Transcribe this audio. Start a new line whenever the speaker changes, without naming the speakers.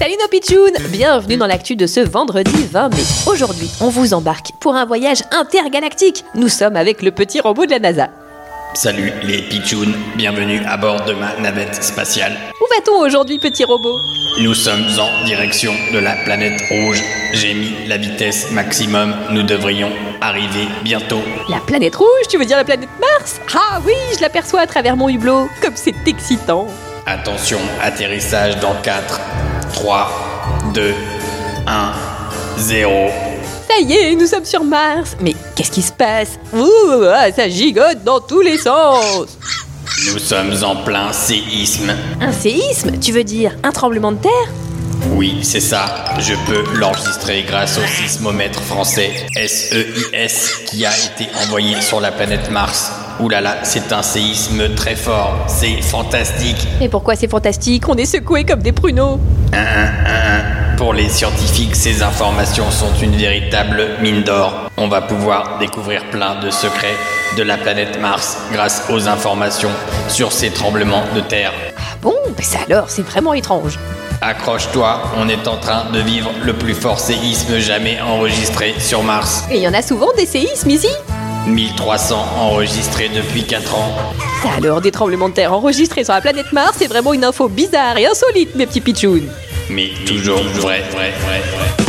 Salut nos pitchouns Bienvenue dans l'actu de ce vendredi 20 mai. Aujourd'hui, on vous embarque pour un voyage intergalactique. Nous sommes avec le petit robot de la NASA.
Salut les pitchouns, bienvenue à bord de ma navette spatiale.
Où va-t-on aujourd'hui, petit robot
Nous sommes en direction de la planète rouge. J'ai mis la vitesse maximum, nous devrions arriver bientôt.
La planète rouge, tu veux dire la planète Mars Ah oui, je l'aperçois à travers mon hublot. Comme c'est excitant
Attention, atterrissage dans 4, 3, 2, 1, 0.
Ça y est, nous sommes sur Mars. Mais qu'est-ce qui se passe Ouh, ah, ça gigote dans tous les sens
Nous sommes en plein séisme.
Un séisme, tu veux dire un tremblement de terre
Oui, c'est ça. Je peux l'enregistrer grâce au sismomètre français SEIS qui a été envoyé sur la planète Mars. Ouh là là, c'est un séisme très fort. C'est fantastique.
Mais pourquoi c'est fantastique On est secoués comme des pruneaux.
Hein, hein, hein, hein. Pour les scientifiques, ces informations sont une véritable mine d'or. On va pouvoir découvrir plein de secrets de la planète Mars grâce aux informations sur ces tremblements de terre.
Ah bon Mais ça alors, c'est vraiment étrange.
Accroche-toi, on est en train de vivre le plus fort séisme jamais enregistré sur Mars.
Et il y en a souvent des séismes ici
1300 enregistrés depuis 4 ans.
Ça alors, des tremblements de terre enregistrés sur la planète Mars, c'est vraiment une info bizarre et insolite, mes petits pitchouns.
Mais toujours vrai, vrai, vrai, vrai.